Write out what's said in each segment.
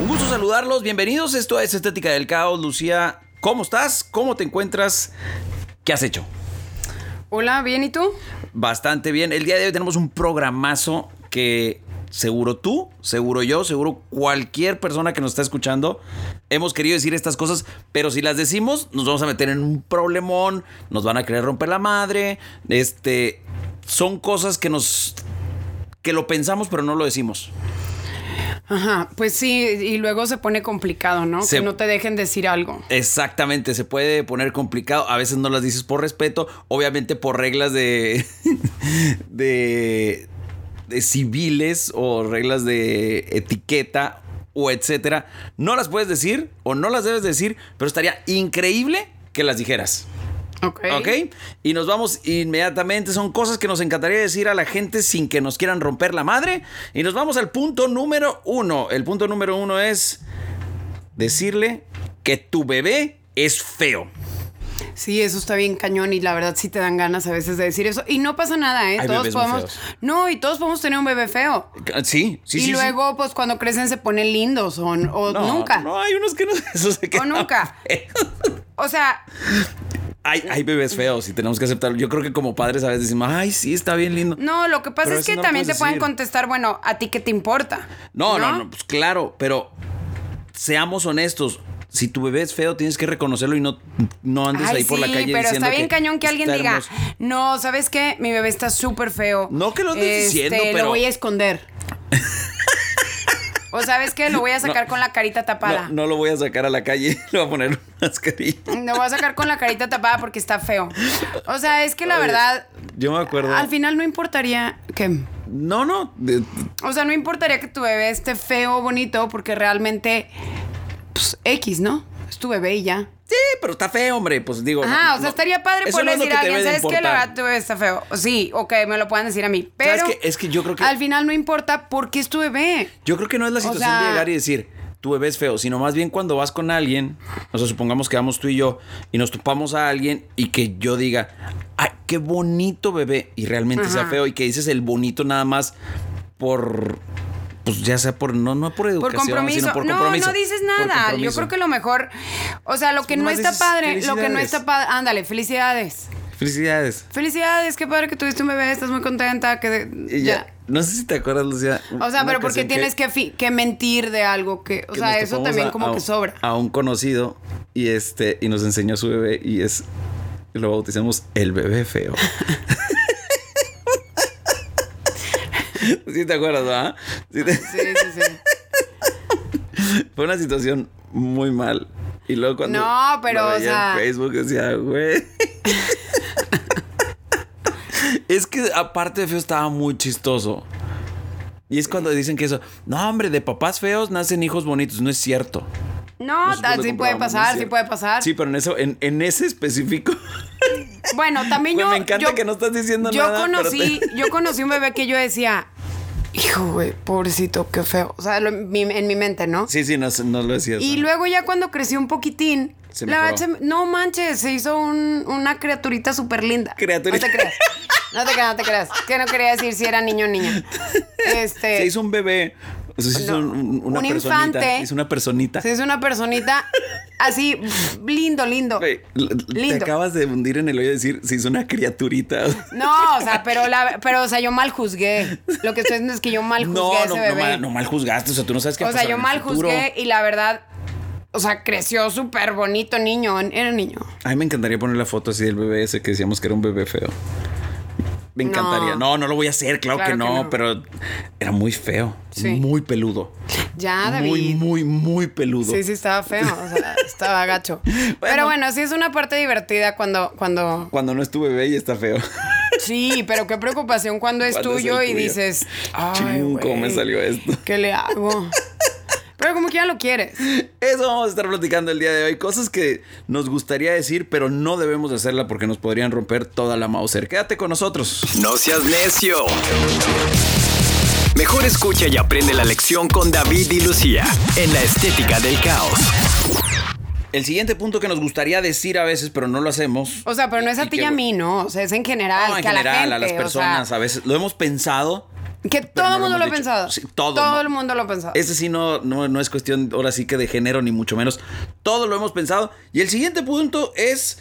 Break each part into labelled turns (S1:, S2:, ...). S1: Un gusto saludarlos, bienvenidos. Esto es Estética del Caos. Lucía, ¿cómo estás? ¿Cómo te encuentras? ¿Qué has hecho?
S2: Hola, ¿bien y tú?
S1: Bastante bien. El día de hoy tenemos un programazo que seguro tú, seguro yo, seguro cualquier persona que nos está escuchando, hemos querido decir estas cosas, pero si las decimos, nos vamos a meter en un problemón, nos van a querer romper la madre. Este, son cosas que nos que lo pensamos pero no lo decimos.
S2: Ajá, pues sí, y luego se pone complicado, ¿no?
S1: Se-
S2: Que no te dejen decir algo.
S1: Exactamente, se puede poner complicado. A veces no las dices por respeto, obviamente por reglas de. de. de civiles o reglas de etiqueta o etcétera. No las puedes decir o no las debes decir, pero estaría increíble que las dijeras.
S2: Ok.
S1: ¿Ok? Y nos vamos inmediatamente. Son cosas que nos encantaría decir a la gente sin que nos quieran romper la madre. Y nos vamos al punto número uno. El punto número uno es decirle que tu bebé es feo.
S2: Sí, eso está bien cañón y la verdad sí te dan ganas a veces de decir eso. Y no pasa nada, ¿eh?
S1: Hay
S2: todos
S1: bebés muy
S2: podemos.
S1: feos.
S2: No, y todos podemos tener un bebé feo.
S1: Sí, sí, sí.
S2: y
S1: sí.
S2: luego, pues cuando crecen se ponen lindos o, o
S1: No,
S2: nunca.
S1: No, hay unos que no. eso se queda
S2: nunca.
S1: feo.
S2: O sea,
S1: Hay, hay bebés feos y tenemos que aceptarlo. Yo creo que como padres a veces decimos, ay, sí, está bien lindo.
S2: no, lo que pasa
S1: Pero
S2: es
S1: eso
S2: que
S1: no lo
S2: también te
S1: puedes
S2: pueden
S1: decir.
S2: contestar, bueno, ¿a ti qué te importa?
S1: No, no, no, pues claro, pero seamos honestos. Si tu bebé es feo, tienes que reconocerlo y no, no andes
S2: Ay,
S1: ahí por la
S2: sí,
S1: calle
S2: pero
S1: diciendo
S2: está bien
S1: que
S2: cañón que alguien
S1: está
S2: diga,
S1: hermoso.
S2: no, ¿sabes qué? Mi bebé está súper feo.
S1: No que lo estés diciendo, pero-
S2: Lo voy a esconder. o ¿sabes qué? Lo voy a sacar
S1: No.
S2: con la carita tapada.
S1: No, no lo voy a sacar a la calle, le voy a poner una mascarilla.
S2: Lo voy a sacar con la carita tapada porque está feo. O sea, es que la
S1: Oye,
S2: verdad,
S1: Yo me acuerdo.
S2: al final no importaría que...
S1: No, no. de-
S2: O sea, no importaría que tu bebé esté feo o bonito porque realmente, pues, X, ¿no? Es tu bebé y ya.
S1: sí, pero está feo, hombre. Pues digo. no,
S2: Ajá, o sea,
S1: no.
S2: estaría padre
S1: Eso
S2: poder
S1: no es lo
S2: decir
S1: que
S2: a
S1: te
S2: alguien,
S1: debe de
S2: ¿sabes qué? La
S1: importar.
S2: verdad, tu bebé está feo. Sí, ok, me lo puedan decir a mí. Pero
S1: qué? Es que yo creo que-
S2: Al final no importa porque es tu bebé.
S1: Yo creo que no es la
S2: O
S1: situación de
S2: sea-
S1: llegar y decir, tu bebé es feo, sino más bien cuando vas con alguien, o sea, supongamos que vamos tú y yo y nos topamos a alguien y que yo diga, ay, qué bonito bebé, y realmente sea
S2: Ajá.
S1: feo, y que dices el bonito nada más por, pues ya sea por, no, no por
S2: Por
S1: educación,
S2: compromiso.
S1: sino por
S2: no,
S1: compromiso.
S2: no dices
S1: Por
S2: nada. Yo
S1: compromiso.
S2: creo que lo mejor. O sea, lo que no
S1: Nomás
S2: está
S1: dices,
S2: padre, lo que no
S1: "Felicidades".
S2: está padre. Ándale, felicidades.
S1: Felicidades.
S2: Felicidades, qué padre que tuviste un bebé, estás muy contenta. Que
S1: Y ya. No sé si te acuerdas, Lucía.
S2: O sea,
S1: una
S2: pero porque
S1: ocasión
S2: tienes que, fi- que mentir de algo que. O
S1: que
S2: sea,
S1: nos
S2: eso
S1: topamos
S2: también
S1: a-
S2: como
S1: a-
S2: que sobra.
S1: A un conocido y este y nos enseñó su bebé y es lo bautizamos el bebé feo. ¿Sí te acuerdas, va? Sí te-
S2: Sí, sí, sí.
S1: Fue una situación muy mal. Y luego cuando
S2: No, pero,
S1: lo
S2: o
S1: veía
S2: sea-
S1: en Facebook decía, güey. es que aparte de feo estaba muy chistoso. Y es cuando dicen que eso, no, hombre, de papás feos nacen hijos bonitos, no es cierto.
S2: No,
S1: Nosotros lo
S2: Ah, sí puede
S1: comprobamos,
S2: pasar,
S1: ¿no es
S2: sí
S1: cierto?
S2: puede pasar.
S1: Sí, pero en eso, en, en ese específico.
S2: Bueno, también
S1: Güey,
S2: yo.
S1: Pues me encanta
S2: yo-
S1: que no estás diciendo
S2: yo
S1: nada. pero
S2: Conocí,
S1: te-
S2: Yo conocí un bebé que yo decía, hijo, güey, pobrecito, qué feo. O sea, lo- en mi- en mi mente, ¿no?
S1: Sí, sí, no, no lo decías.
S2: Y
S1: ¿no?
S2: luego ya cuando creció un poquitín,
S1: Se
S2: la
S1: mejoró.
S2: verdad se- no manches, se hizo un- una criaturita súper linda.
S1: Criaturita.
S2: No te creas. No te creas, no te creas. Que no quería decir si era niño o niña. Este,
S1: Se hizo un bebé. o sea, se hizo
S2: No,
S1: un- un- una
S2: un
S1: personita.
S2: infante.
S1: se hizo una personita.
S2: se hizo una personita así, lindo, lindo.
S1: Güey, l- l- te
S2: Lindo.
S1: acabas de hundir en el hoyo de decir se hizo una criaturita.
S2: No, o sea, pero, la, pero o sea, yo mal juzgué. Lo que estoy diciendo es que yo mal juzgué
S1: no,
S2: a ese
S1: no, no,
S2: bebé.
S1: mal, no mal juzgaste. O sea, tú no sabes qué va
S2: O
S1: a
S2: sea,
S1: pasar
S2: yo
S1: en el
S2: mal
S1: futuro.
S2: juzgué y la verdad, o sea, creció súper bonito niño. Era niño.
S1: A mí me encantaría poner la foto así del bebé ese que decíamos que era un bebé feo. Me
S2: No.
S1: encantaría. No, no, lo voy a hacer, claro,
S2: Claro
S1: que,
S2: que
S1: no,
S2: no.
S1: pero era muy feo.
S2: Sí.
S1: Muy peludo.
S2: Ya, Ah, David.
S1: Muy, muy, muy peludo.
S2: Sí, sí, estaba feo, o sea, estaba gacho. Pero bueno, sí es una parte divertida cuando, cuando,
S1: Cuando no es tu bebé y está feo.
S2: Sí, pero qué preocupación cuando es
S1: Cuando es el
S2: tuyo y
S1: tuyo.
S2: dices, ay,
S1: Chin, ¿Cómo me
S2: güey,
S1: salió esto?
S2: ¿Qué le hago? Pero como quiera lo quieres.
S1: Eso vamos a estar platicando el día de hoy. Cosas que nos gustaría decir, pero no debemos de hacerla porque nos podrían romper toda la Mauser. Quédate con nosotros.
S3: No seas necio. Mejor escucha y aprende la lección con David y Lucía en la estética del caos.
S1: El siguiente punto que nos gustaría decir a veces, pero no lo hacemos.
S2: O sea, pero no es a
S1: Y
S2: ti y
S1: que-
S2: a mí, ¿no? O sea, es en general.
S1: No, en
S2: que a la
S1: general,
S2: gente,
S1: a las
S2: o sea,
S1: personas, a veces lo hemos pensado.
S2: que todo
S1: no
S2: el
S1: lo
S2: mundo
S1: hemos
S2: lo,
S1: dicho.
S2: ha pensado.
S1: Sí, todo, ¿no?
S2: el mundo lo ha pensado.
S1: Ese sí no, no, no es cuestión ahora sí que de género, ni mucho menos. Todo lo hemos pensado. Y el siguiente punto es.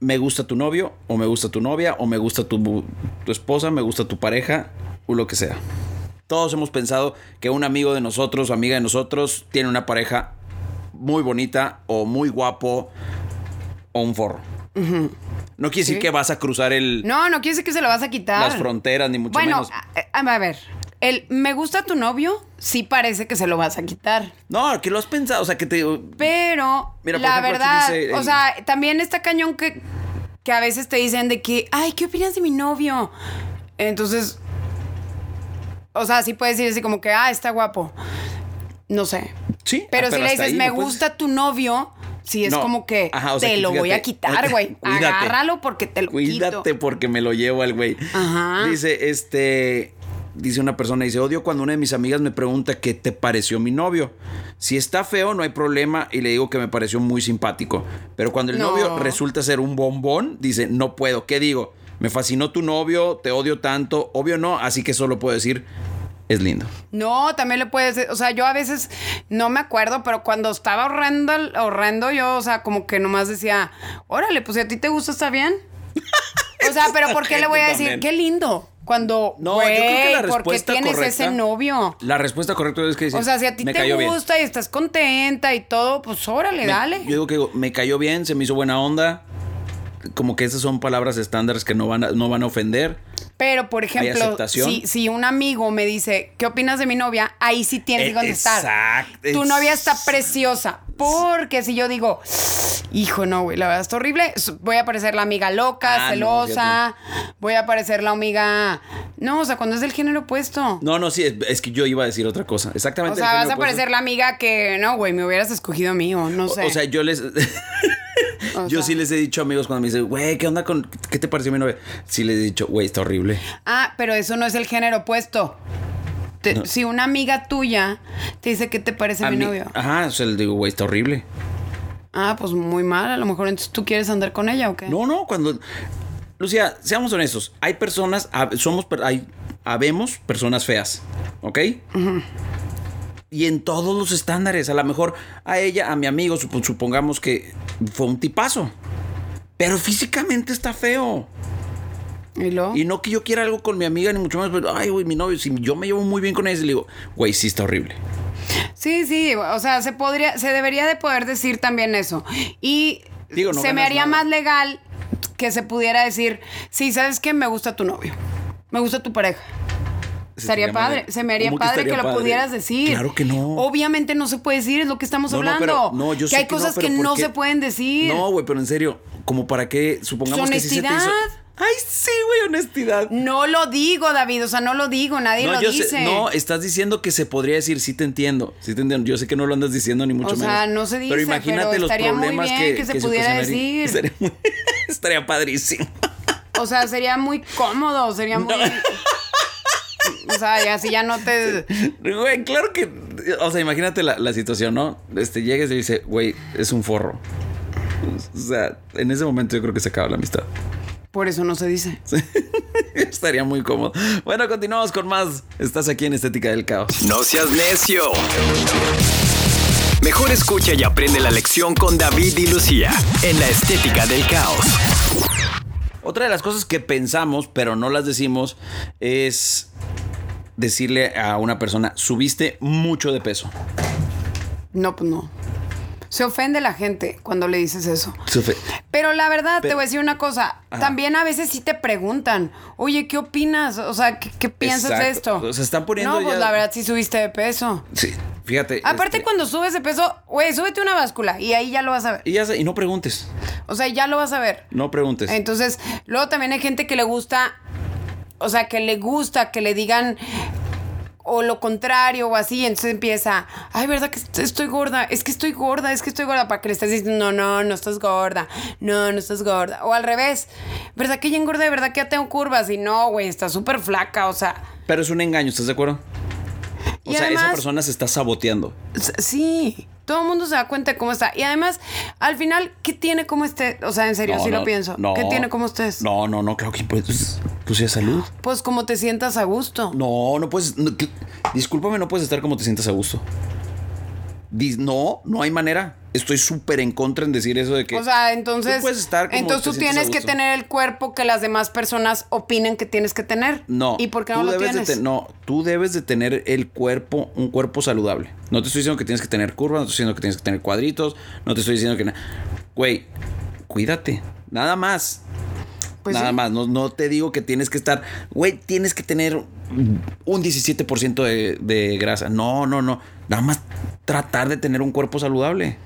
S1: Me gusta tu novio, o me gusta tu novia, o me gusta tu, tu esposa, me gusta tu pareja, o lo que sea. Todos hemos pensado que un amigo de nosotros, o amiga de nosotros, tiene una pareja muy bonita, o muy guapo, o un forro. No quiere decir
S2: Sí.
S1: que vas a cruzar el,
S2: No, no quiere decir que se lo vas a quitar.
S1: las fronteras, ni mucho
S2: bueno,
S1: menos.
S2: a, eh, a- a ver, el me gusta tu novio, sí parece que se lo vas a quitar.
S1: No, que lo has pensado, o sea, que te...
S2: Pero
S1: Mira, por
S2: la
S1: ejemplo, aquí
S2: verdad,
S1: dice
S2: o
S1: el-
S2: sea, también está cañón que, que a veces te dicen de que, ay, ¿qué opinas de mi novio? Entonces, o sea, sí puedes decir así como que, ah, está guapo. No sé.
S1: Sí, ah,
S2: Pero, si le
S1: hasta
S2: dices,
S1: ahí
S2: me
S1: lo puedes-
S2: gusta tu novio, sí es
S1: No,
S2: como que
S1: ajá, o sea,
S2: te
S1: que
S2: lo voy a
S1: fíjate,
S2: quitar,
S1: oye,
S2: güey.
S1: cuídate.
S2: Agárralo porque te lo
S1: Cuídate
S2: quito.
S1: porque me lo llevo al güey.
S2: Ajá.
S1: Dice, este. Dice una persona, dice, odio cuando una de mis amigas me pregunta qué te pareció mi novio. Si está feo, no hay problema. Y le digo que me pareció muy simpático. Pero cuando el
S2: No.
S1: novio resulta ser un bombón, dice, no puedo. ¿Qué digo? Me fascinó tu novio, te odio tanto. Obvio no, así que solo puedo decir, es lindo.
S2: No, también le puedes, o sea, yo a veces no me acuerdo, pero cuando estaba ahorrando, ahorrando yo, o sea, como que nomás decía, órale, pues si a ti te gusta, está bien. O sea, pero ¿por qué le voy a decir,
S1: También.
S2: qué lindo? Cuando,
S1: No, yo creo que la
S2: güey, ¿por qué
S1: respuesta
S2: tienes
S1: correcta-
S2: ese novio?
S1: La respuesta correcta es que dice,
S2: O sea, si a ti
S1: "Me
S2: te
S1: cayó bien".
S2: gusta y estás contenta y todo, pues órale,
S1: Me-
S2: dale.
S1: Yo digo que digo, me cayó bien, se me hizo buena onda. Como que esas son palabras estándares que no van a, no van a ofender.
S2: Pero, por ejemplo,
S1: aceptación?
S2: si, si un amigo me dice, ¿qué opinas de mi novia? Ahí sí tienes
S1: Eh,
S2: que contestar.
S1: exact-
S2: Tu
S1: ex-
S2: novia está preciosa. Porque si yo digo, hijo, no, güey, la verdad está horrible, s- voy a parecer la amiga loca,
S1: Ah, no,
S2: celosa, voy a parecer la amiga. No, o sea, cuando es del género opuesto.
S1: No, no, sí, es, es que yo iba a decir otra cosa.
S2: o
S1: Exactamente.
S2: sea,
S1: el
S2: vas
S1: género
S2: a parecer
S1: opuesto.
S2: la amiga que, no, güey, me hubieras escogido a mí o no sé.
S1: O, o sea, yo les.
S2: O
S1: yo
S2: sea.
S1: sí les he dicho amigos cuando me dicen, güey, ¿qué onda con. ¿Qué te pareció mi novia? Sí les he dicho, güey, está horrible.
S2: Ah, pero eso no es el género opuesto. Te- Si una amiga tuya te dice, ¿qué te parece
S1: A
S2: mi
S1: mí-
S2: novio?
S1: Ajá, o sea, le digo, güey, está horrible.
S2: Ah, pues muy mal. A lo mejor entonces tú quieres andar con ella o qué.
S1: No, no, cuando. Lucía, seamos honestos. Hay personas, hab- somos, per- hay, habemos personas feas, ¿ok? Y en todos los estándares, a lo mejor a ella, a mi amigo, supo- supongamos que fue un tipazo. Pero físicamente está feo.
S2: ¿Y luego?
S1: Y no que yo quiera algo con mi amiga, ni mucho menos, pero, ay, güey, mi novio, si yo me llevo muy bien con ella, le digo, güey, sí está horrible.
S2: Sí, sí. O sea, se podría, se debería de poder decir también eso. Y
S1: Digo, no
S2: se me
S1: ganas
S2: haría
S1: nada.
S2: más legal que se pudiera decir, sí, ¿sabes qué? Me gusta tu novio. Me gusta tu pareja.
S1: estaría
S2: Estaría
S1: muy
S2: padre,
S1: bien.
S2: se me haría
S1: ¿Cómo que
S2: padre que,
S1: estaría
S2: lo
S1: padre?
S2: pudieras decir.
S1: Claro que no.
S2: Obviamente no se puede decir, es lo que estamos hablando.
S1: pero- no, yo
S2: que
S1: sé
S2: hay
S1: no,
S2: cosas
S1: pero
S2: que
S1: ¿por
S2: no
S1: qué?
S2: se pueden decir.
S1: No, güey, pero en serio, como para qué, supongamos que sí se te hizo.
S2: honestidad.
S1: Ay, sí, güey, honestidad.
S2: No lo digo, David, o sea, no lo digo, nadie lo
S1: yo sé-
S2: dice.
S1: no, estás diciendo que se podría decir, sí te entiendo, sí te entiendo. Yo sé que no lo andas diciendo ni mucho
S2: O
S1: menos.
S2: sea, no se dice,
S1: Pero imagínate
S2: pero
S1: los
S2: estaría muy
S1: problemas
S2: bien que se pudiera
S1: ocasionaría.
S2: decir.
S1: Estaría, muy- estaría padrísimo.
S2: O sea, sería muy cómodo, sería muy. O sea, y así ya no te.
S1: Güey, claro que. O sea, imagínate la, la situación, ¿no? Este, llegues y dice, güey, es un forro. O sea, en ese momento yo creo que se acaba la amistad.
S2: Por eso no se dice.
S1: Estaría muy cómodo. Bueno, continuamos con más. Estás aquí en Estética del Caos.
S3: No seas necio. Mejor escucha y aprende la lección con David y Lucía en la estética del caos.
S1: Otra de las cosas que pensamos, pero no las decimos, es decirle a una persona, subiste mucho de peso.
S2: No, pues no. Se ofende la gente cuando le dices eso.
S1: Sufe-
S2: Pero la verdad, te
S1: Pero-
S2: voy a decir una cosa.
S1: Ajá.
S2: También a veces sí te preguntan, oye, ¿qué opinas? O sea, ¿qué, qué piensas de
S1: Exacto.
S2: esto?
S1: O sea, están poniendo
S2: No, pues
S1: ya-
S2: la verdad sí subiste de peso.
S1: Sí, fíjate.
S2: Aparte,
S1: este,
S2: cuando subes de peso, güey, súbete una báscula y ahí ya lo vas a ver.
S1: Y, ya sé, y no preguntes.
S2: O sea, ya lo vas a ver.
S1: No preguntes.
S2: Entonces, luego también hay gente que le gusta, o sea, que le gusta que le digan o lo contrario o así, entonces empieza, ay, ¿verdad que est- estoy gorda? Es que estoy gorda, es que estoy gorda, para que le estés diciendo, no, no, no estás gorda, no, no estás gorda, o al revés, ¿verdad que ya engordé? ¿Verdad que ya tengo curvas? Y no, güey, está súper flaca, o sea,
S1: Pero es un engaño, ¿estás de acuerdo? O
S2: Y
S1: sea, esa
S2: además-
S1: persona se está saboteando.
S2: S- Sí, todo el mundo se da cuenta de cómo está. Y además, al final, ¿qué tiene como esté? O sea, en serio, sí lo pienso.
S1: no.
S2: ¿Qué tiene como estés?
S1: No, no, no, claro que pues, pues sí, salud.
S2: Pues como te sientas a gusto.
S1: No, no puedes. no, que- discúlpame, no puedes estar como te sientas a gusto. Dis- no, no hay manera. Estoy súper en contra en decir eso de que.
S2: O sea, entonces.
S1: Tú puedes estar como
S2: entonces
S1: te
S2: tú
S1: sientas a
S2: tienes que
S1: gusto.
S2: tener el cuerpo que las demás personas opinan que tienes que tener.
S1: No.
S2: ¿Y por qué
S1: tú
S2: no lo
S1: debes de
S2: tienes?
S1: te- no, tú debes de tener el cuerpo, un cuerpo saludable. No te estoy diciendo que tienes que tener curvas, no te estoy diciendo que tienes que tener cuadritos, no te estoy diciendo que. na- Güey, cuídate. Nada más.
S2: Pues
S1: Nada
S2: sí.
S1: más, no, no te digo que tienes que estar, güey, tienes que tener un 17% de, de grasa. No, no, no. Nada más tratar de tener un cuerpo saludable.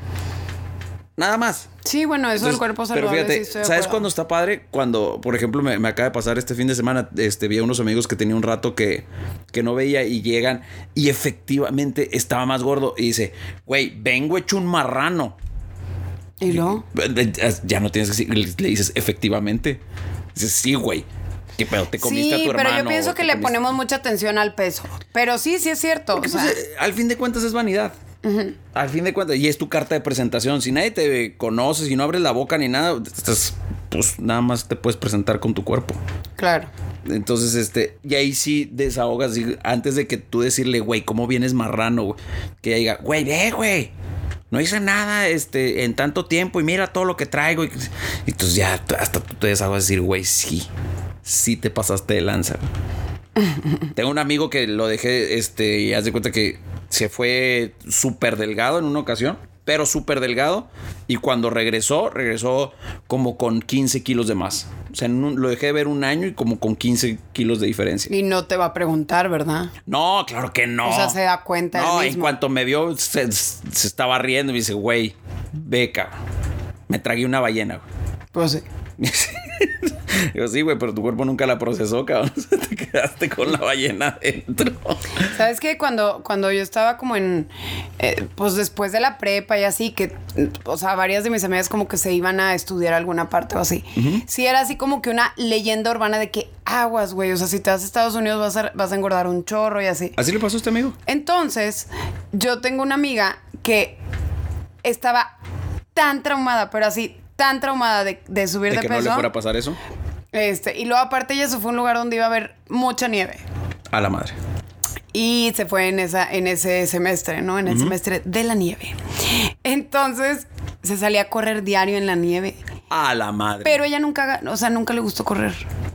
S1: Nada más.
S2: Sí, bueno, eso del
S1: Entonces,
S2: cuerpo saludable.
S1: Pero
S2: sí
S1: fíjate,
S2: estoy de
S1: ¿sabes
S2: acuerdo.
S1: cuándo está padre? Cuando, por ejemplo, me, me acaba de pasar este fin de semana, este, vi a unos amigos que tenía un rato que, que no veía y llegan y efectivamente estaba más gordo y dice, güey, vengo hecho un marrano.
S2: ¿Y luego?
S1: Ya no tienes que decir, le, le dices efectivamente. Dices, sí, güey. ¿Qué pedo? Te comiste a
S2: Sí,
S1: tu hermano.
S2: pero yo
S1: o
S2: pienso que
S1: te
S2: le
S1: comiste-
S2: ponemos mucha atención al peso. Pero sí, sí es cierto.
S1: Porque,
S2: o
S1: pues,
S2: sea,
S1: eh, al fin de cuentas es vanidad. Al fin de cuentas, y es tu carta de presentación. Si nadie te conoce, si no abres la boca ni nada, estás, pues nada más te puedes presentar con tu cuerpo.
S2: Claro.
S1: Entonces, este, y ahí sí desahogas. y antes de que tú decirle, güey, ¿cómo vienes marrano? güey?", Que ella diga, güey, ve, güey. No hice nada este, en tanto tiempo y mira todo lo que traigo. Y, y entonces ya t- hasta tú te desahogas decir, güey, sí. Sí te pasaste de lanza. güey". Tengo un amigo que lo dejé, este, y haz de cuenta que se fue súper delgado en una ocasión, pero súper delgado. Y cuando regresó, regresó como con 15 kilos de más. O sea, en un- lo dejé de ver un año y como con 15 kilos de diferencia.
S2: Y no te va a preguntar, ¿verdad?
S1: No, claro que no.
S2: O sea, se da cuenta él
S1: No, en
S2: mismo.
S1: cuanto me vio, se, se estaba riendo y me dice, güey, ve, cabrón. Me tragué una ballena, güey.
S2: Pues sí.
S1: Digo, sí, güey, pero tu cuerpo nunca la procesó, cabrón. O sea, Te quedaste con la ballena adentro.
S2: ¿Sabes qué? Cuando, cuando yo estaba como en, eh, pues después de la prepa y así, que, o sea, varias de mis amigas como que se iban a estudiar a alguna parte o así. Sí, era así como que una leyenda urbana de que aguas, güey, o sea, si te vas a Estados Unidos vas a, vas a engordar un chorro y así.
S1: ¿Así le pasó a este amigo?
S2: Entonces, yo tengo una amiga que estaba tan traumada, pero así, tan traumada de, de subir
S1: De
S2: de,
S1: que no
S2: peso.
S1: le fuera a pasar eso.
S2: este, y luego aparte ella se fue a un lugar donde iba a haber mucha nieve.
S1: A la madre.
S2: Y se fue en, esa, en ese semestre, ¿no? En el semestre de la nieve. Entonces se salía a correr diario en la nieve.
S1: A la madre.
S2: Pero ella nunca, o sea, nunca le gustó correr.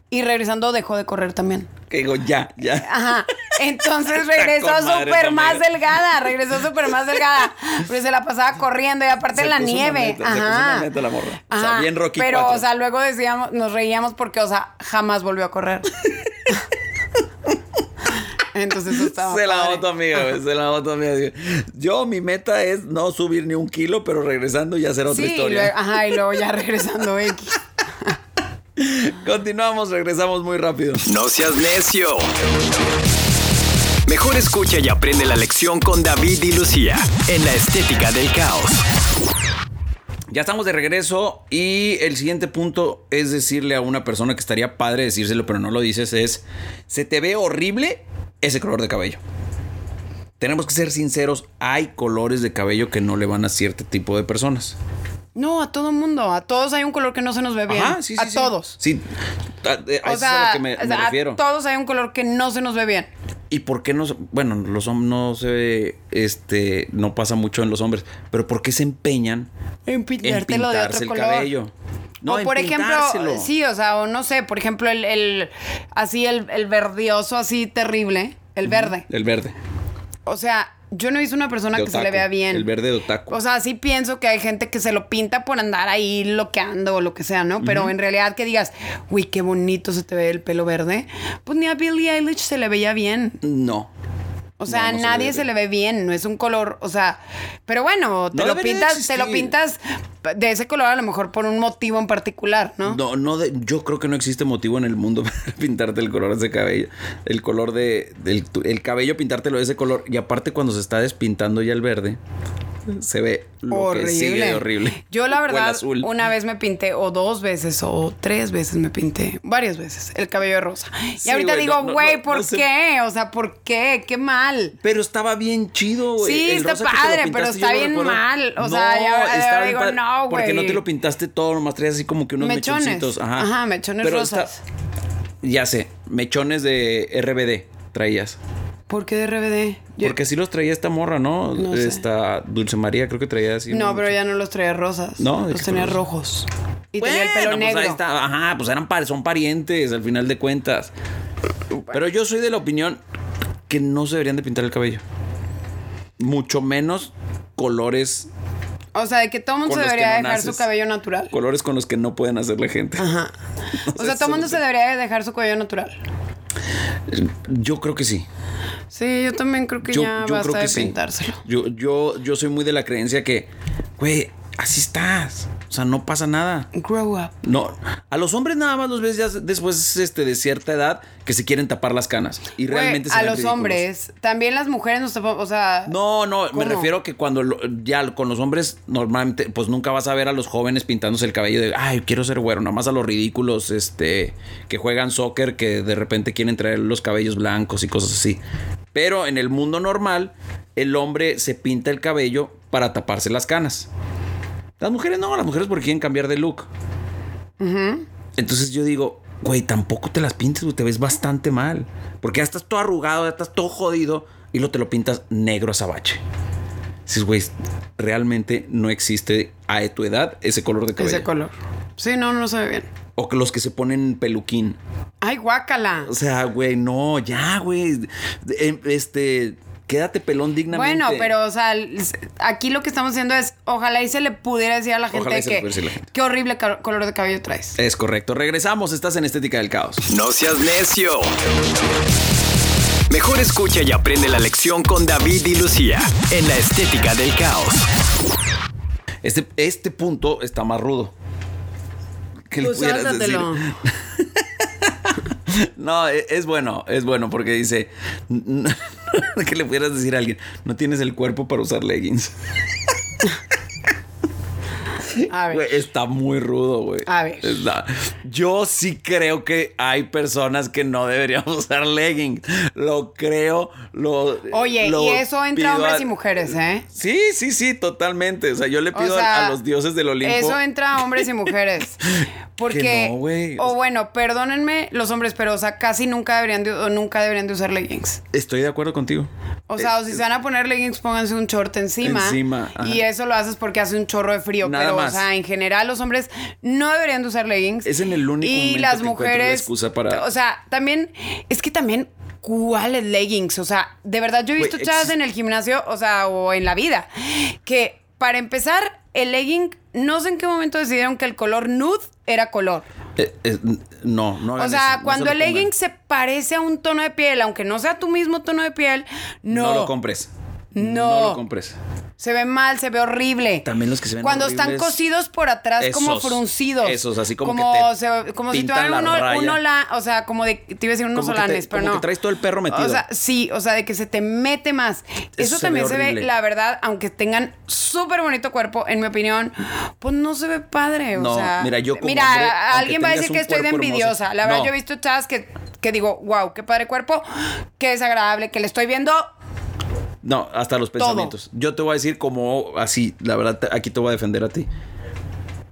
S2: Y regresando dejó de correr también.
S1: Que digo, ya, ya.
S2: Ajá. Entonces
S1: Está
S2: regresó
S1: con madre tu
S2: súper más
S1: amiga.
S2: delgada. Regresó súper más delgada. Pero se la pasaba corriendo y aparte
S1: Se
S2: en la
S1: puso una
S2: nieve.
S1: neta, se puso
S2: Ajá.
S1: una neta la morra. O sea, bien Rocky
S2: Pero,
S1: cuatro.
S2: o sea, luego decíamos, nos reíamos porque, o sea, jamás volvió a correr. Entonces eso estaba.
S1: Se la
S2: padre.
S1: hago a tu amiga, güey. Se la hago a tu amiga. Yo, mi meta es no subir ni un kilo, pero regresando ya será otra
S2: Sí, y
S1: historia.
S2: luego- ajá, y luego ya regresando X.
S1: Continuamos, regresamos muy rápido.
S3: No seas necio. Mejor escucha y aprende la lección con David y Lucía en la estética del caos.
S1: Ya estamos de regreso y el siguiente punto es decirle a una persona que estaría padre decírselo, pero no lo dices, es, se te ve horrible ese color de cabello. Tenemos que ser sinceros, hay colores de cabello que no le van a cierto tipo de personas.
S2: No, a todo mundo. A todos hay un color que no se nos ve bien.
S1: Ajá, sí, sí,
S2: a
S1: sí.
S2: todos.
S1: Sí, a, a- a eso
S2: O sea,
S1: es a lo que me,
S2: o
S1: me
S2: sea,
S1: refiero.
S2: a todos hay un color que no se nos ve bien.
S1: ¿Y por qué no? se- Bueno, los hombres no se. Este. No pasa mucho en los hombres. Pero ¿por qué se empeñan
S2: En
S1: en
S2: pintártelo de
S1: pintarse
S2: otro
S1: el
S2: color.
S1: cabello? No,
S2: o
S1: en
S2: por ejemplo,
S1: pintárselo.
S2: sí, o sea, o no sé, por ejemplo, el, el- así, el, el verdioso, así terrible, el verde.
S1: El verde.
S2: O sea, yo no he visto una persona
S1: De
S2: que se le
S1: otaku,
S2: vea bien.
S1: el verde de otaku.
S2: O sea, sí pienso que hay gente que se lo pinta por andar ahí loqueando o lo que sea, ¿no? Pero en realidad que digas, uy, qué bonito se te ve el pelo verde. Pues ni a Billie Eilish se le veía bien.
S1: No.
S2: O O sea,
S1: No, no se
S2: nadie
S1: ve
S2: se
S1: bien.
S2: le ve bien, no es un color, o sea, pero bueno, te
S1: No debería
S2: lo
S1: de
S2: pintas, te lo
S1: existir.
S2: pintas de ese color a lo mejor por un motivo en particular, ¿no?
S1: No, no, de- yo creo que no existe motivo en el mundo para pintarte el color de cabello. El color de. del- tu- el cabello, pintártelo de ese color. Y aparte, cuando se está despintando ya el verde, se ve lo que sigue de horrible.
S2: Yo
S1: O
S2: la
S1: el
S2: verdad
S1: azul.
S2: una vez me pinté o dos veces o tres veces me pinté, varias veces el cabello de rosa. Y
S1: Sí,
S2: ahorita
S1: güey, no,
S2: digo,
S1: no,
S2: güey,
S1: no,
S2: ¿por
S1: no sé".
S2: qué? O sea, ¿por qué? Qué mal.
S1: Pero estaba bien chido, güey.
S2: Sí,
S1: El
S2: está
S1: rosa que te lo
S2: padre,
S1: pintaste,
S2: pero
S1: yo
S2: está
S1: lo
S2: bien
S1: recuerdo.
S2: mal. O sea, ya-
S1: estaba
S2: ya
S1: bien
S2: digo,
S1: padre,
S2: no,
S1: Porque no
S2: güey.
S1: te lo pintaste todo, nomás traías así como que unos
S2: Mechones.
S1: mechoncitos. Ajá,
S2: Ajá, mechones rosas.
S1: está- ya sé, mechones de RBD traías.
S2: ¿Por qué de RBD? Yo-
S1: Porque sí los traía esta morra, ¿no?
S2: No sé.
S1: esta Dulce María, creo que traía así.
S2: no,
S1: un-
S2: pero ya no los traía rosas.
S1: No, ¿de
S2: los
S1: qué
S2: tenía
S1: colores?
S2: rojos. Y
S1: Bueno,
S2: tenía el pelo
S1: pues
S2: negro.
S1: ahí está. Ajá, pues eran pa- son parientes al final de cuentas. Pero yo soy de la opinión que no se deberían de pintar el cabello. Mucho menos colores,
S2: O sea, de que todo el mundo
S1: Con
S2: se
S1: los que
S2: debería
S1: no
S2: dejar su
S1: naces.
S2: cabello natural.
S1: colores con los que no pueden hacer la gente.
S2: Ajá. O sea, todo el mundo se debería dejar su cabello natural.
S1: Yo creo que sí.
S2: Sí, yo también creo que
S1: Yo,
S2: ya
S1: yo
S2: basta
S1: creo
S2: de
S1: que sí.
S2: pintárselo.
S1: Yo, yo, yo soy muy de la creencia que, güey, así estás. O sea, no pasa nada.
S2: Grow up.
S1: No, a los hombres nada más los ves ya después este, de cierta edad que se quieren tapar las canas. Y
S2: Güey,
S1: realmente se
S2: a
S1: ven
S2: los
S1: ridículos.
S2: hombres, también las mujeres nos tapamos, o sea,
S1: No, no,
S2: ¿Cómo?
S1: me refiero que cuando lo- ya con los hombres normalmente, pues nunca vas a ver a los jóvenes pintándose el cabello de, ay, quiero ser güero, nada más a los ridículos, este, que juegan soccer, que de repente quieren traer los cabellos blancos y cosas así. Pero en el mundo normal, el hombre se pinta el cabello para taparse las canas. Las mujeres no, las mujeres porque quieren cambiar de look. Entonces yo digo, güey, tampoco te las pintes, güey, te ves bastante mal. Porque ya estás todo arrugado, ya estás todo jodido y lo te lo pintas negro azabache. Dices, güey, realmente no existe a tu edad ese color de cabello.
S2: ese color. Sí, no, no se ve bien.
S1: o que los que se ponen peluquín.
S2: Ay, guácala.
S1: O sea, güey, no, ya, güey. Eh, Este, quédate pelón dignamente.
S2: Bueno, pero o sea, el- s- aquí lo que estamos haciendo es, ojalá y se le pudiera decir a la gente
S1: Ojalá y se le
S2: que
S1: pudiera decir a la gente.
S2: qué horrible ca- color de cabello traes.
S1: Es correcto. Regresamos, estás en Estética del Caos.
S3: No seas necio. Mejor escucha y aprende la lección con David y Lucía en la estética del caos.
S1: Este, este punto está más rudo. Que le
S2: Pues
S1: pudieras decir.
S2: álzatelo.
S1: No, e- es, bueno, es bueno porque dice que le pudieras decir a alguien, no tienes el cuerpo para usar leggings.
S2: A ver.
S1: Güey, está muy rudo, güey.
S2: A ver.
S1: Está- Yo sí creo que hay personas que no deberían usar leggings. Lo creo, lo
S2: Oye,
S1: lo
S2: y eso
S1: pido
S2: entra
S1: a-
S2: hombres y mujeres, ¿eh?
S1: Sí, sí, sí, totalmente. O sea, yo le
S2: O
S1: pido a-
S2: sea,
S1: a los dioses del Olimpo.
S2: Eso entra a hombres y mujeres. Porque.
S1: Que no, güey.
S2: O bueno, perdónenme los hombres, pero o sea, casi nunca deberían de, o nunca deberían de usar leggings.
S1: Estoy de acuerdo contigo.
S2: O sea, o si se van a poner leggings, pónganse un short encima.
S1: Eh, Encima, ajá.
S2: Y eso lo haces porque hace un chorro de frío.
S1: Nada
S2: pero,
S1: más.
S2: o sea, en general, los hombres no deberían de usar leggings.
S1: Es en el único
S2: Y
S1: momento
S2: las
S1: que encuentro la
S2: mujeres.
S1: excusa para-
S2: O sea, también. Es que también. ¿Cuáles leggings? O sea, de verdad, yo he
S1: Güey,
S2: visto chavas
S1: ex-
S2: en el gimnasio, o sea, o en la vida, que para empezar, el legging, no sé en qué momento decidieron que el color nude era color.
S1: Eh, eh, n- no, no.
S2: O
S1: hagan
S2: sea,
S1: eso, no
S2: cuando
S1: se lo
S2: el legging
S1: pongan.
S2: se parece a un tono de piel, aunque no sea tu mismo tono de piel, no.
S1: No lo compres.
S2: No.
S1: No lo compres.
S2: Se ve mal, se ve horrible.
S1: También los que se ven
S2: Cuando están
S1: horribles,
S2: cosidos por atrás, como
S1: esos,
S2: fruncidos.
S1: esos, así como
S2: como
S1: que te
S2: se- como si
S1: pintan
S2: tuvieran
S1: la
S2: uno,
S1: raya.
S2: uno la- o sea, como de te iba a decir unos
S1: Como que te-
S2: solanes, pero
S1: como
S2: no.
S1: que traes todo el perro metido.
S2: O sea, sí, o sea, de que se te mete más. Eso,
S1: se
S2: también
S1: ve
S2: se ve,
S1: horrible.
S2: la verdad, aunque tengan súper bonito cuerpo, en mi opinión, pues no se ve padre, o
S1: No,
S2: sea.
S1: mira, yo como
S2: mira,
S1: hombre,
S2: a- alguien
S1: aunque
S2: va a
S1: tengas
S2: decir que
S1: un
S2: estoy de
S1: cuerpo hermoso,
S2: envidiosa. La verdad,
S1: no.
S2: yo he visto chavas que que digo, wow, qué padre cuerpo, qué desagradable, que le estoy viendo
S1: No, hasta los
S2: Todo.
S1: pensamientos. Yo te voy a decir como así, la verdad, te- aquí te voy a defender a ti.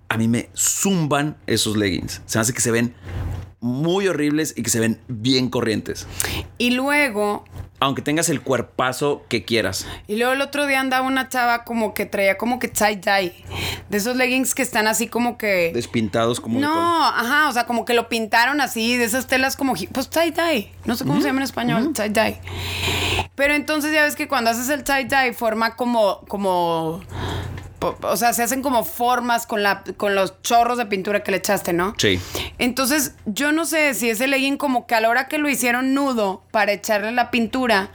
S1: A mí me zumban esos leggings. Se me hace que se ven muy horribles y que se ven bien corrientes.
S2: y luego
S1: Aunque tengas el cuerpazo que quieras.
S2: Y luego el otro día andaba una chava como que traía como que tie-dye. De esos leggings que están así como que.
S1: Despintados como... de color.
S2: no, ajá, o sea, como que lo pintaron así, de esas telas como. gi- Pues tie-dye. No sé cómo se llama en español, tie-dye. Pero entonces ya ves que cuando haces el tie-dye forma como. como po- o sea, se hacen como formas con, la, con los chorros de pintura que le echaste, ¿no?
S1: Sí.
S2: Entonces, yo no sé si ese legging como que a la hora que lo hicieron nudo para echarle la pintura,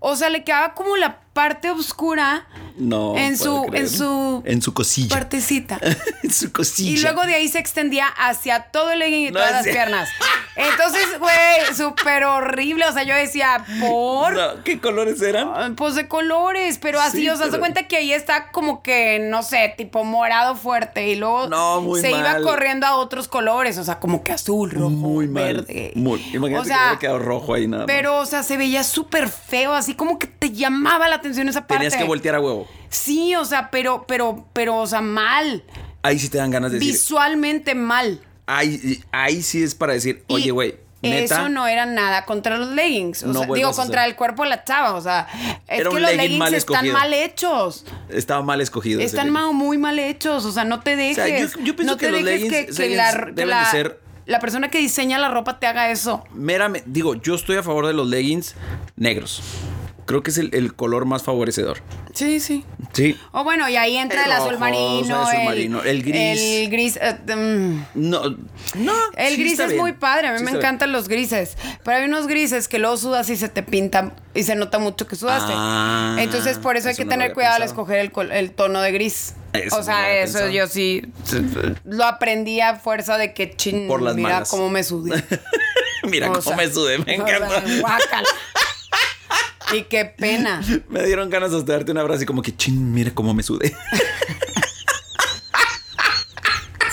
S2: O sea, le quedaba como la parte oscura
S1: No.
S2: en,
S1: puedo
S2: su, en
S1: creerlo.
S2: su
S1: En su cosilla.
S2: partecita.
S1: en su cosilla.
S2: Y luego de ahí se extendía hacia todo el legging y
S1: No,
S2: todas
S1: en
S2: las
S1: serio.
S2: piernas. Entonces, güey, súper horrible. O sea, yo decía, ¿por?
S1: No, ¿Qué colores eran?
S2: Ah, Pues de colores, pero así,
S1: Sí,
S2: o sea, se
S1: pero-
S2: cuenta que ahí está como que, no sé, tipo morado fuerte y luego
S1: No, muy
S2: se
S1: mal.
S2: iba corriendo a otros colores, o sea, como que azul, rojo,
S1: Muy mal.
S2: verde.
S1: Muy. Imagínate
S2: O sea,
S1: que hubiera quedado rojo ahí nada más.
S2: Pero, o sea, se veía súper feo, así como que te llamaba la atención esa parte.
S1: Tenías que voltear a huevo.
S2: Sí, o sea, pero, pero, pero, o sea, mal.
S1: Ahí sí te dan ganas de decir.
S2: Visualmente mal.
S1: Ahí, ahí sí es para decir,
S2: Y
S1: oye, güey, neta.
S2: Eso no era nada contra los leggings. O
S1: No
S2: sea, digo,
S1: vuelvas a
S2: contra
S1: hacer.
S2: el cuerpo de la chava. O sea, es
S1: Era
S2: que
S1: un
S2: los
S1: legging
S2: leggings
S1: mal
S2: están
S1: escogido.
S2: mal hechos.
S1: Estaba mal escogido. ese
S2: Están
S1: legging.
S2: ma- muy mal hechos, o sea, no te dejes.
S1: sea, yo- yo pienso
S2: no
S1: que
S2: te
S1: los
S2: dejes
S1: leggings-
S2: que, que
S1: leggings
S2: la, que
S1: deben
S2: la-
S1: de ser-
S2: la persona que diseña la ropa te haga eso.
S1: Merame- digo, yo estoy a favor de los leggings negros. Creo que es el, el color más favorecedor.
S2: Sí, sí.
S1: Sí.
S2: O bueno, y ahí entra el,
S1: El
S2: azul
S1: rojo,
S2: marino,
S1: azul
S2: el,
S1: marino, el gris.
S2: El gris. eh, mm.
S1: No, no.
S2: El
S1: sí
S2: gris
S1: está
S2: es
S1: bien.
S2: muy padre, a mí
S1: Sí
S2: me
S1: está bien.
S2: encantan los grises. Pero hay unos grises que luego sudas y se te pintan y se nota mucho que sudaste.
S1: Ah,
S2: Entonces, por eso hay
S1: eso
S2: que
S1: no lo
S2: tener
S1: había
S2: cuidado al
S1: pensado.
S2: escoger el, col- el tono de gris.
S1: Eso
S2: o
S1: no lo
S2: sea,
S1: había
S2: eso
S1: pensado.
S2: yo sí lo aprendí a fuerza de que chin,
S1: Por las
S2: mira
S1: malas.
S2: cómo me sudé.
S1: Mira
S2: O
S1: cómo
S2: sea,
S1: me sudé, me
S2: o sea,
S1: encanta.
S2: guácala. y qué pena.
S1: Me dieron ganas hasta de darte un abrazo y como que chin, mira cómo me sudé.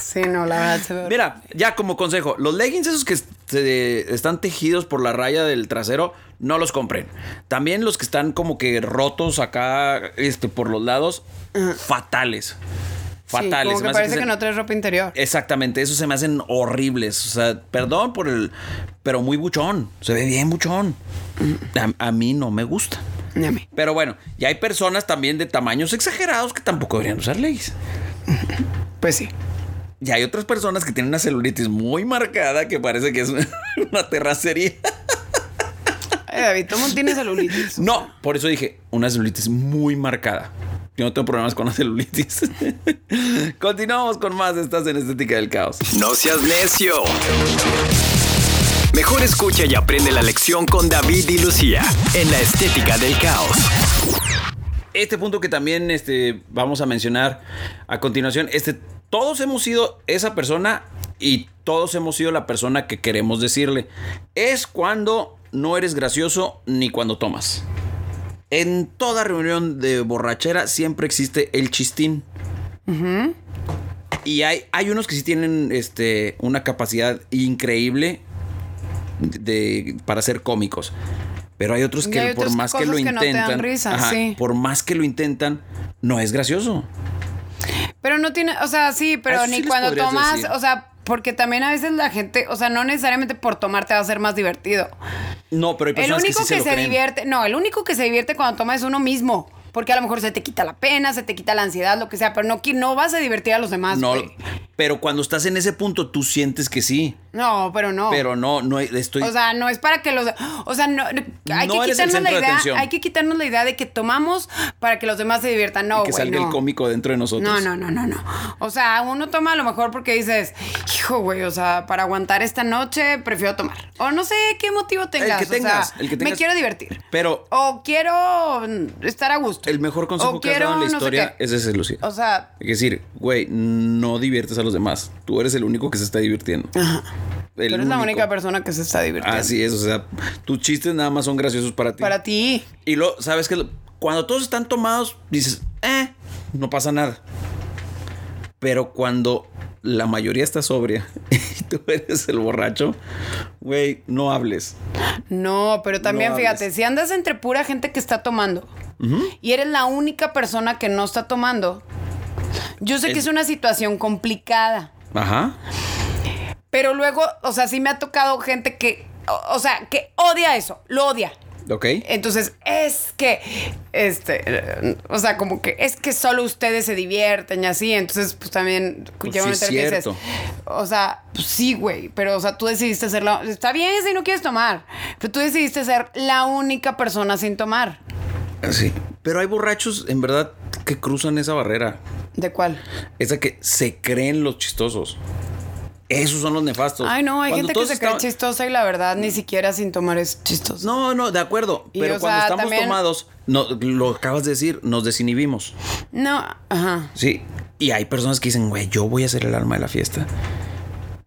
S2: Sí, no, la verdad se ve horrible.
S1: Mira, ya como consejo, los leggings esos que se- están tejidos por la raya del trasero, no los compren. También los que están como que rotos acá este, por los lados, fatales.
S2: Sí,
S1: Fatales.
S2: como
S1: Se me
S2: que
S1: hace
S2: parece
S1: se-
S2: que no traes ropa interior.
S1: Eh. Exactamente, esos se me hacen horribles. O sea, perdón por el. Pero muy buchón. Se ve bien buchón. A, a mí no me gusta.
S2: Dame.
S1: Pero bueno, ya hay personas también de tamaños exagerados que tampoco deberían usar leggings.
S2: Pues sí.
S1: Y hay otras personas que tienen una celulitis muy marcada que parece que es una terracería.
S2: Ay, David, ¿cómo tienes celulitis?
S1: No, por eso dije, una celulitis muy marcada. Yo no tengo problemas con la celulitis. Continuamos con más. Estás en Estética del Caos.
S3: No seas necio. Mejor escucha y aprende la lección con David y Lucía en la estética del caos.
S1: Este punto que también este, vamos a mencionar a continuación, este, todos hemos sido esa persona y todos hemos sido la persona que queremos decirle. Es cuando no eres gracioso ni cuando tomas. En toda reunión de borrachera siempre existe el chistín. Y hay, hay unos que sí tienen este, una capacidad increíble de, para ser cómicos. Pero hay otros
S2: Y
S1: que
S2: hay
S1: por
S2: otras
S1: más que lo
S2: cosas que no te dan
S1: intentan,
S2: risa, sí.
S1: por más que lo intentan, no es gracioso.
S2: Pero no tiene, o sea, sí,
S1: A
S2: pero
S1: eso sí
S2: ni
S1: les
S2: cuando
S1: podrías
S2: tomas,
S1: decir.
S2: o sea, porque también a veces la gente, o sea, no necesariamente por tomar te va a ser más divertido.
S1: No, pero hay
S2: El
S1: personas
S2: único
S1: que sí
S2: que,
S1: se,
S2: se,
S1: lo creen.
S2: divierte, no, el único que se divierte cuando toma es uno mismo. Porque a lo mejor se te quita la pena, se te quita la ansiedad, lo que sea, pero no, qui- no vas a divertir a los demás.
S1: No,
S2: No,
S1: pero cuando estás en ese punto tú sientes que sí,
S2: no pero no.
S1: pero no, no estoy
S2: O sea, no es para que los. O sea, no, no- hay,
S1: No
S2: que
S1: eres el
S2: quitarnos la
S1: centro de
S2: idea,
S1: atención.
S2: hay que quitarnos la idea de que tomamos para que los demás se diviertan. No,
S1: que
S2: güey,
S1: salga
S2: no.
S1: el cómico dentro de nosotros.
S2: No, no, no, no, no. O sea, uno toma a lo mejor porque dices, hijo, güey, o sea, para aguantar esta noche prefiero tomar. O no sé qué motivo tengas.
S1: que
S2: o
S1: tengas,
S2: sea,
S1: el que tengas.
S2: Me quiero divertir.
S1: Pero-
S2: O quiero mm, estar a gusto.
S1: El mejor consejo
S2: O
S1: que has dado en la
S2: quiero no sé
S1: historia
S2: qué.
S1: es ese, Lucía.
S2: O sea,
S1: Es decir, güey, no diviertes a los demás. Tú eres el único que se está divirtiendo. El
S2: tú eres
S1: único.
S2: la
S1: Ah,
S2: única persona que se está divirtiendo.
S1: Así es, o sea, tus chistes nada más son graciosos para ti.
S2: Para ti.
S1: Y lo, sabes que cuando todos están tomados, dices, eh, no pasa nada. Pero cuando la mayoría está sobria y tú eres el borracho, güey, no hables.
S2: No, pero también
S1: No
S2: fíjate,
S1: hables.
S2: si andas entre pura gente que está tomando y eres la única persona que no está tomando, yo sé que
S1: Es-
S2: es una situación complicada.
S1: Ajá.
S2: Pero luego, o sea, sí me ha tocado gente que, o, o sea, que odia eso, lo odia.
S1: Ok.
S2: Entonces, es que, este, eh, o sea, como que es que solo ustedes se divierten y así. Entonces, pues también,
S1: Pues
S2: llega un
S1: sí,
S2: momento en el que dices,
S1: cierto.
S2: o sea, pues sí, güey, pero, o sea, tú decidiste ser la, está bien si no quieres tomar, pero tú decidiste ser la única persona sin tomar.
S1: Así. Pero hay borrachos, en verdad, que cruzan esa barrera.
S2: ¿De cuál?
S1: Esa que se creen los chistosos. Esos son los nefastos.
S2: Ay, no, hay
S1: Cuando
S2: gente que
S1: todos
S2: se cree
S1: estaban-
S2: chistosa y la verdad ni siquiera sin tomar es chistoso.
S1: No, no, de acuerdo.
S2: Y,
S1: pero
S2: o
S1: cuando
S2: sea,
S1: estamos
S2: también-
S1: tomados, no, lo acabas de decir, nos desinhibimos.
S2: No, ajá.
S1: Sí. Y hay personas que dicen, güey, yo voy a ser el alma de la fiesta.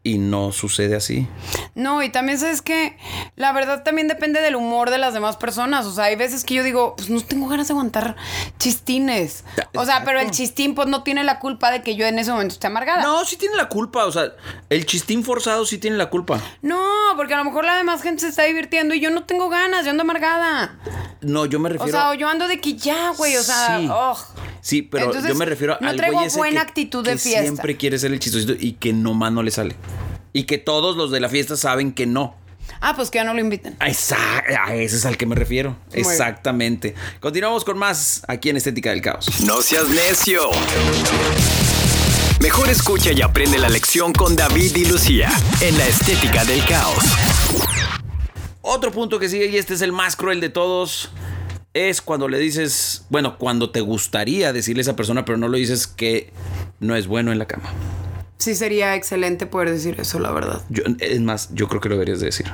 S1: Y no sucede así.
S2: No, y también sabes que la verdad también depende del humor de las demás personas. O sea, hay veces que yo digo, pues no tengo ganas de aguantar chistines. O sea, pero el chistín pues no tiene la culpa de que yo en ese momento esté amargada.
S1: No, sí tiene la culpa. O sea, el chistín forzado sí tiene la culpa.
S2: No, porque a lo mejor la demás gente se está divirtiendo y yo no tengo ganas, yo ando amargada.
S1: No, yo me
S2: O
S1: refiero.
S2: sea, o yo ando de que ya, güey, o sea,
S1: Sí.
S2: ugh.
S1: Sí, pero
S2: Entonces,
S1: yo me refiero
S2: no
S1: al
S2: traigo
S1: güey ese
S2: buena
S1: que-
S2: actitud de
S1: que
S2: fiesta.
S1: siempre quiere ser el chistosito y que nomás no le sale. Y que todos los de la fiesta saben que no.
S2: Ah, pues que ya no lo inviten.
S1: A, esa- a ese es al que me refiero.
S2: bien.
S1: Exactamente. Continuamos con más aquí en Estética del Caos.
S3: No seas necio. Mejor escucha y aprende la lección con David y Lucía en la estética del caos.
S1: Otro punto que sigue, y este es el más cruel de todos, es cuando le dices, bueno, cuando te gustaría decirle a esa persona, pero no lo dices que no es bueno en la cama.
S2: Sí, sería excelente poder decir eso, la verdad.
S1: Yo- es más, yo creo que lo deberías de decir.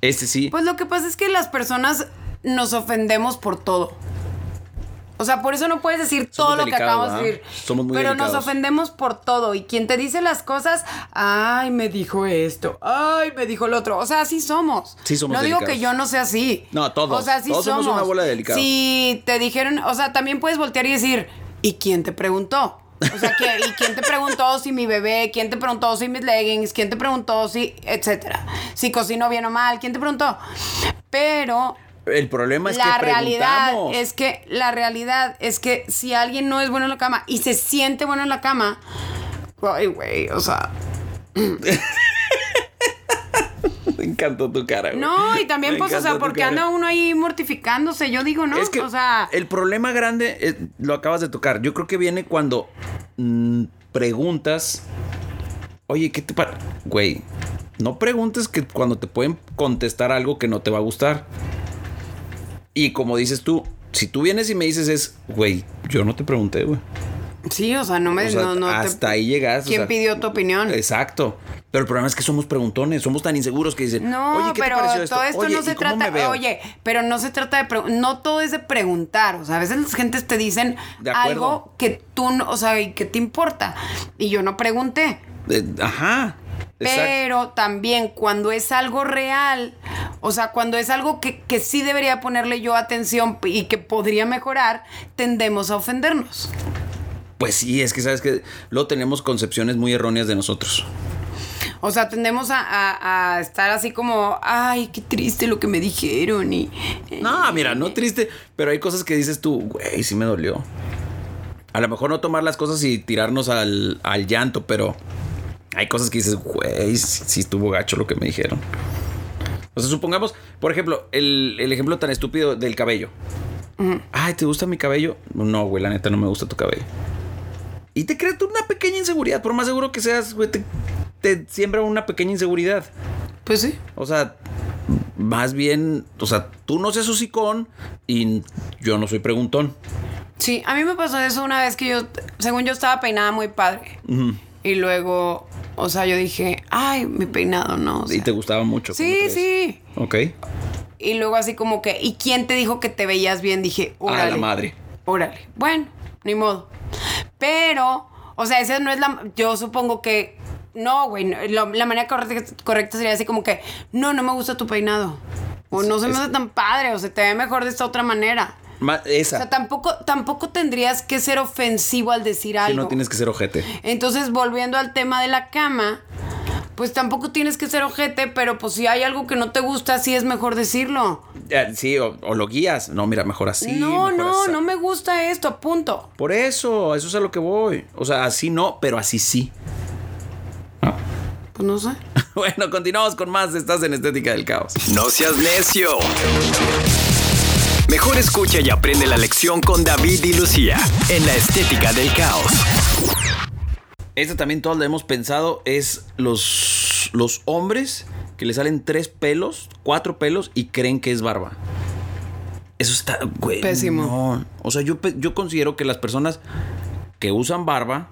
S1: Este sí.
S2: Pues lo que pasa es que las personas nos ofendemos por todo. O sea, por eso no puedes decir
S1: Somos
S2: todo lo que
S1: delicados,
S2: acabamos de
S1: ¿verdad?
S2: decir.
S1: Somos muy
S2: Pero
S1: delicados.
S2: nos ofendemos por todo. Y quien te dice las cosas, ay, me dijo esto, ay, me dijo el otro. O sea, así somos.
S1: Sí somos
S2: No digo
S1: delicados.
S2: que yo no sea así.
S1: No, todos.
S2: O sea, así
S1: Todos somos
S2: somos.
S1: una bola de delicados.
S2: Si te dijeron, o sea, también puedes voltear y decir, ¿y quién te preguntó? O sea, ¿qué- ¿y quién te preguntó si mi bebé? ¿Quién te preguntó si mis leggings? ¿Quién te preguntó si, etcétera? Si cocino bien o mal, ¿quién te preguntó? Pero
S1: El problema es
S2: la
S1: que
S2: realidad
S1: preguntamos.
S2: es que la realidad es que si alguien no es bueno en la cama y se siente bueno en la cama, ay güey, o sea,
S1: Me encantó tu cara, güey.
S2: no, y también
S1: Me
S2: pues o
S1: encantó
S2: sea,
S1: tu
S2: porque
S1: cara.
S2: anda uno ahí mortificándose, yo digo, ¿no?
S1: Es que
S2: o sea,
S1: el problema grande eh, lo acabas de tocar. Yo creo que viene cuando mm, preguntas, oye, ¿qué te parece? Güey, no preguntes que cuando te pueden contestar algo que no te va a gustar. Y como dices tú, si tú vienes y me dices es, güey, yo no te pregunté, güey.
S2: sí, o sea, no me
S1: O sea,
S2: no, no te-
S1: hasta ahí llegaste. o
S2: ¿Quién
S1: sea,
S2: pidió tu opinión?
S1: Exacto. Pero el problema es que somos preguntones, somos tan inseguros que dicen,
S2: No,
S1: oye, ¿qué
S2: pero
S1: te pareció esto?
S2: todo esto
S1: Oye,
S2: no
S1: ¿y
S2: se
S1: cómo me
S2: trata.
S1: veo?"
S2: Oye, pero no se trata de. pregun- No todo es de preguntar. O sea, a veces las gentes te dicen
S1: De acuerdo.
S2: algo que tú, no, o sea, y que te importa. Y yo no pregunté.
S1: Eh, ajá. Exacto.
S2: Pero también cuando es algo real, o sea, cuando es algo que, que sí debería ponerle yo atención y que podría mejorar, tendemos a ofendernos.
S1: Pues sí, es que sabes que luego tenemos concepciones muy erróneas de nosotros.
S2: O sea, tendemos a, a- a estar así como, ay, qué triste lo que me dijeron. Y, eh,
S1: No, mira, no triste, pero hay cosas que dices tú, güey, sí me dolió. A lo mejor no tomar las cosas y tirarnos al, al llanto, pero hay cosas que dices, güey, sí, sí estuvo gacho lo que me dijeron. O sea, supongamos, por ejemplo, el, el ejemplo tan estúpido del cabello. Ay, ¿te gusta mi cabello? No, güey, la neta no me gusta tu cabello. Y te creas tú una pequeña inseguridad, por más seguro que seas, güey, te, te siembra una pequeña inseguridad.
S2: Pues sí.
S1: O sea, más bien, o sea, tú no seas hocicón y yo no soy preguntón.
S2: Sí, a mí me pasó eso una vez que yo, según yo estaba peinada muy padre. Y luego, o sea, yo dije, ay, mi peinado, ¿no? O
S1: Y
S2: sea,
S1: te gustaba mucho. ¿cómo
S2: sí,
S1: crees?
S2: sí.
S1: Ok.
S2: Y luego así como que, ¿y quién te dijo que te veías bien? Dije, órale.
S1: A la madre.
S2: Órale. Bueno, ni modo. Pero, o sea, esa no es la... Yo supongo que... No, güey, no, la, la manera correcta, correcta sería así como que, no, no me gusta tu peinado. O no se me
S1: es-
S2: hace tan padre, o se te ve mejor de esta otra manera.
S1: Ma-
S2: O
S1: esa.
S2: sea, tampoco, tampoco tendrías que ser ofensivo al decir
S1: Sí,
S2: algo.
S1: no tienes que ser ojete.
S2: Entonces, volviendo al tema de la cama, pues tampoco tienes que ser ojete, pero pues si hay algo que no te gusta, sí es mejor decirlo.
S1: Ya, Sí, o, o lo guías. No, mira, mejor así.
S2: no,
S1: mejor
S2: no,
S1: así.
S2: no me gusta esto, punto.
S1: Por eso, a eso es a lo que voy. O sea, así no, pero así sí.
S2: Pues no sé.
S1: Bueno, continuamos con más. Estás en Estética del Caos.
S3: No seas necio. Mejor escucha y aprende la lección con David y Lucía en la estética del caos.
S1: Esta también todos la hemos pensado es los, los hombres que le salen tres pelos, cuatro pelos y creen que es barba. Eso está, güey.
S2: Pésimo.
S1: no. O sea, yo, pe- yo considero que las personas que usan barba,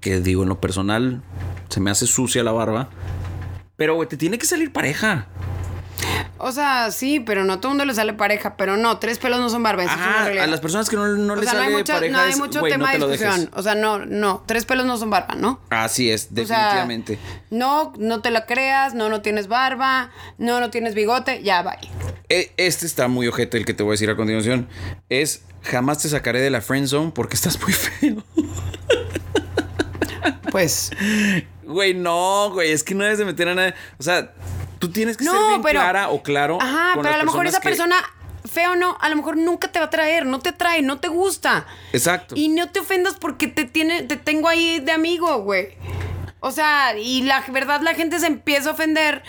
S1: que digo en lo personal, se me hace sucia la barba. Pero, güey, te tiene que salir pareja.
S2: O sea, sí, pero no todo el mundo le sale pareja, pero no, tres pelos no son barba. Eso es una
S1: Ah,
S2: realidad.
S1: a las personas que no, no
S2: O
S1: les
S2: sea, no
S1: sale
S2: hay mucho,
S1: pareja
S2: no hay
S1: es,
S2: mucho
S1: güey,
S2: tema
S1: no te
S2: de
S1: lo dejes.
S2: discusión. O sea, no, no, tres pelos no son barba, ¿no?
S1: Así es,
S2: O sea,
S1: definitivamente.
S2: no, no te la creas, no, no tienes barba, no, no tienes bigote, ya, bye.
S1: E- Este está muy ojete, el que te voy a decir a continuación. Es jamás te sacaré de la friend zone porque estás muy feo.
S2: Pues.
S1: Güey, no, güey, es que no debes de meter a nadie. O sea, tú tienes que ser bien clara o claro.
S2: Ajá,
S1: con
S2: pero
S1: las
S2: a lo mejor
S1: personas
S2: esa
S1: que-
S2: persona, feo o no, a lo mejor nunca te va a traer, no te trae, no te gusta.
S1: Exacto.
S2: Y no te ofendas porque te tiene, te tengo ahí de amigo, güey. O sea, y la verdad la gente se empieza a ofender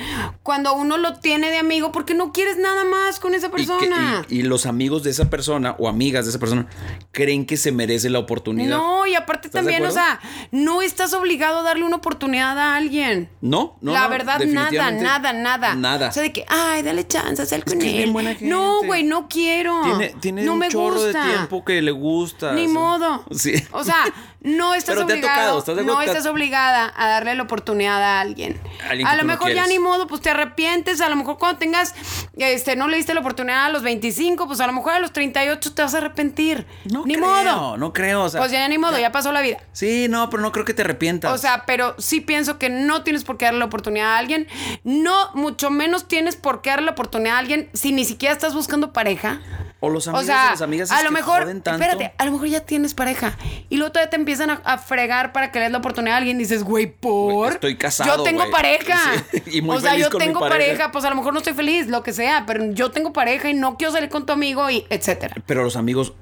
S2: cuando uno lo tiene de amigo porque no quieres nada más con esa
S1: Y, que-
S2: persona.
S1: y- y los amigos de esa persona o amigas de esa persona creen que se merece la oportunidad.
S2: no, y aparte
S1: ¿Estás de
S2: también, o
S1: acuerdo?
S2: sea, no estás obligado a darle una oportunidad a alguien.
S1: No, no.
S2: la
S1: no,
S2: verdad, nada,
S1: definitivamente
S2: nada, nada.
S1: Nada.
S2: O sea, de que, ay, dale chance, haz algo con
S1: que es bien
S2: él.
S1: buena gente.
S2: No, güey, no quiero.
S1: tiene tiene
S2: no
S1: un
S2: me
S1: chorro
S2: gusta.
S1: de tiempo que le gusta.
S2: Ni
S1: o sea.
S2: modo.
S1: Sí.
S2: O sea, no estás
S1: Pero te ha
S2: obligado,
S1: tocado, ¿estás de
S2: no
S1: acuerdo?
S2: estás obligada a darle la oportunidad a alguien.
S1: Alguien que
S2: a
S1: tú
S2: lo
S1: no
S2: mejor ya
S1: quieres.
S2: ni modo, pues te arrepientes, a lo mejor cuando tengas este no le diste la oportunidad a los 25, pues a lo mejor a los 38 te vas a arrepentir.
S1: No
S2: ni
S1: creo,
S2: modo.
S1: No creo. O sea,
S2: pues ya ni modo, ya pasó la vida.
S1: Sí, no, pero no creo que te arrepientas.
S2: O sea, pero sí pienso que no tienes por qué darle la oportunidad a alguien. No, mucho menos tienes por qué darle la oportunidad a alguien si ni siquiera estás buscando pareja.
S1: O los amigos
S2: o sea,
S1: y las amigas es
S2: a lo
S1: que
S2: mejor,
S1: joden tanto.
S2: espérate, a lo mejor ya tienes pareja y luego todavía te empiezan a, a fregar para que le des la oportunidad a alguien y dices, güey, por.
S1: estoy casado,
S2: Yo tengo
S1: güey".
S2: pareja.
S1: Sí, y muy
S2: o sea,
S1: feliz
S2: yo
S1: con mi
S2: tengo
S1: pareja.
S2: pues a lo mejor no estoy feliz, lo que sea, pero yo tengo pareja y no quiero salir con tu amigo y etcétera.
S1: Pero los amigos.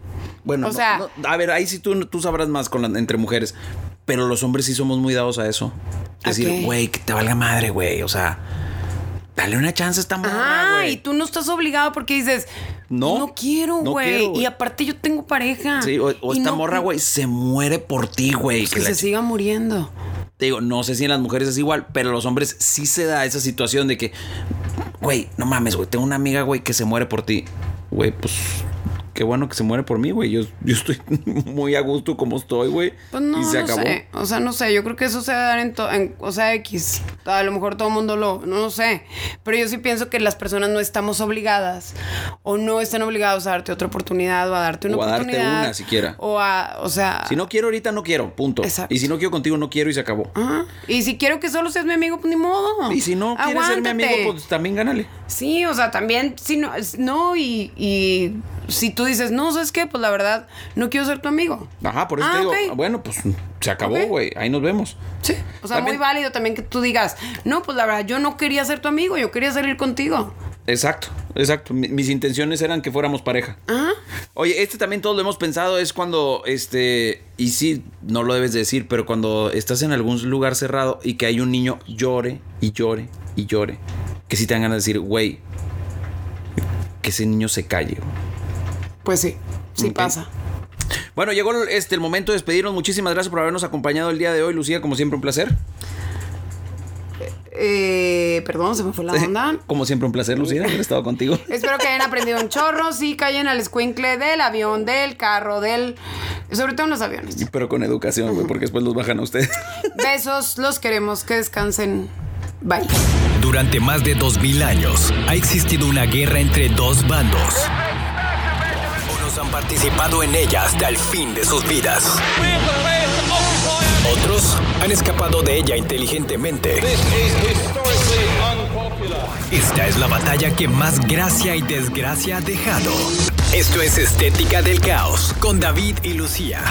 S1: Bueno,
S2: O
S1: no-
S2: sea-
S1: no- a ver, ahí sí tú, tú sabrás más con la- entre mujeres. Pero los hombres sí somos muy dados a eso.
S2: ¿A qué?
S1: Decir, güey, que te valga madre, güey. O sea, dale una chance a esta morra,
S2: Ah,
S1: güey.
S2: y tú no estás obligado porque dices,
S1: No,
S2: no, no quiero,
S1: no quiero,
S2: güey.
S1: güey.
S2: y aparte yo tengo pareja.
S1: Sí, o, o
S2: Y
S1: esta
S2: no-
S1: morra, güey, se muere por ti, güey.
S2: pues
S1: que
S2: que
S1: la
S2: se
S1: chi-
S2: siga muriendo.
S1: Te digo, no sé si en las mujeres es igual, pero los hombres sí se da esa situación de que, güey, no mames, güey, tengo una amiga, güey, que se muere por ti. Güey, pues qué bueno que se muere por mí, güey. Yo, yo estoy muy a gusto como estoy, güey.
S2: Pues no,
S1: y se
S2: no
S1: acabó.
S2: sé. O sea, no sé. Yo creo que eso se va a dar en, to- en- o sea, X. A lo mejor todo el mundo lo, no lo sé. Pero yo sí pienso que las personas no estamos obligadas o no están obligados a darte otra oportunidad o a darte una
S1: O a darte
S2: oportunidad.
S1: una siquiera.
S2: O a, o sea.
S1: Si no quiero ahorita, no quiero, punto.
S2: Exacto.
S1: Y si no quiero contigo, no quiero y se acabó.
S2: Ajá. Y si quiero que solo seas mi amigo, pues ni modo.
S1: Y si no quieres ser mi amigo, pues también gánale.
S2: Sí, o sea, también, si no, es- no y, y si tú dices, no, ¿sabes qué? Pues la verdad, no quiero ser tu amigo.
S1: Ajá, por eso
S2: Ah,
S1: te digo,
S2: ok.
S1: bueno, pues se acabó,
S2: Ok.
S1: güey. Ahí nos vemos.
S2: Sí. O sea,
S1: También-
S2: muy válido también que tú digas, no, pues la verdad, yo no quería ser tu amigo, yo quería salir contigo.
S1: Exacto, exacto. Mi- Mis intenciones eran que fuéramos pareja.
S2: Ajá.
S1: Oye, este también todos lo hemos pensado, es cuando, este, y sí, no lo debes decir, pero cuando estás en algún lugar cerrado y que hay un niño llore y llore y llore, que sí te dan ganas de decir, güey, que ese niño se calle. güey.
S2: Pues sí, sí
S1: Ok.
S2: pasa.
S1: Bueno, llegó este, el momento de despedirnos. Muchísimas gracias por habernos acompañado el día de hoy, Lucía, como siempre un placer.
S2: Eh, perdón, se me fue la onda.
S1: Como siempre un placer, Lucía, haber estado contigo.
S2: Espero que hayan aprendido un chorro, sí, callen al escuincle del avión, del carro, del... Sobre todo en los aviones.
S1: Pero con educación, güey, porque después los bajan a ustedes.
S2: Besos, los queremos, que descansen. Bye.
S3: Durante más de 2000 años ha existido una guerra entre dos bandos. Unos han participado en ella hasta el fin de sus vidas. Otros han escapado de ella inteligentemente. Esta es la batalla que más gracia y desgracia ha dejado. Esto es Estética del Caos con David y Lucía.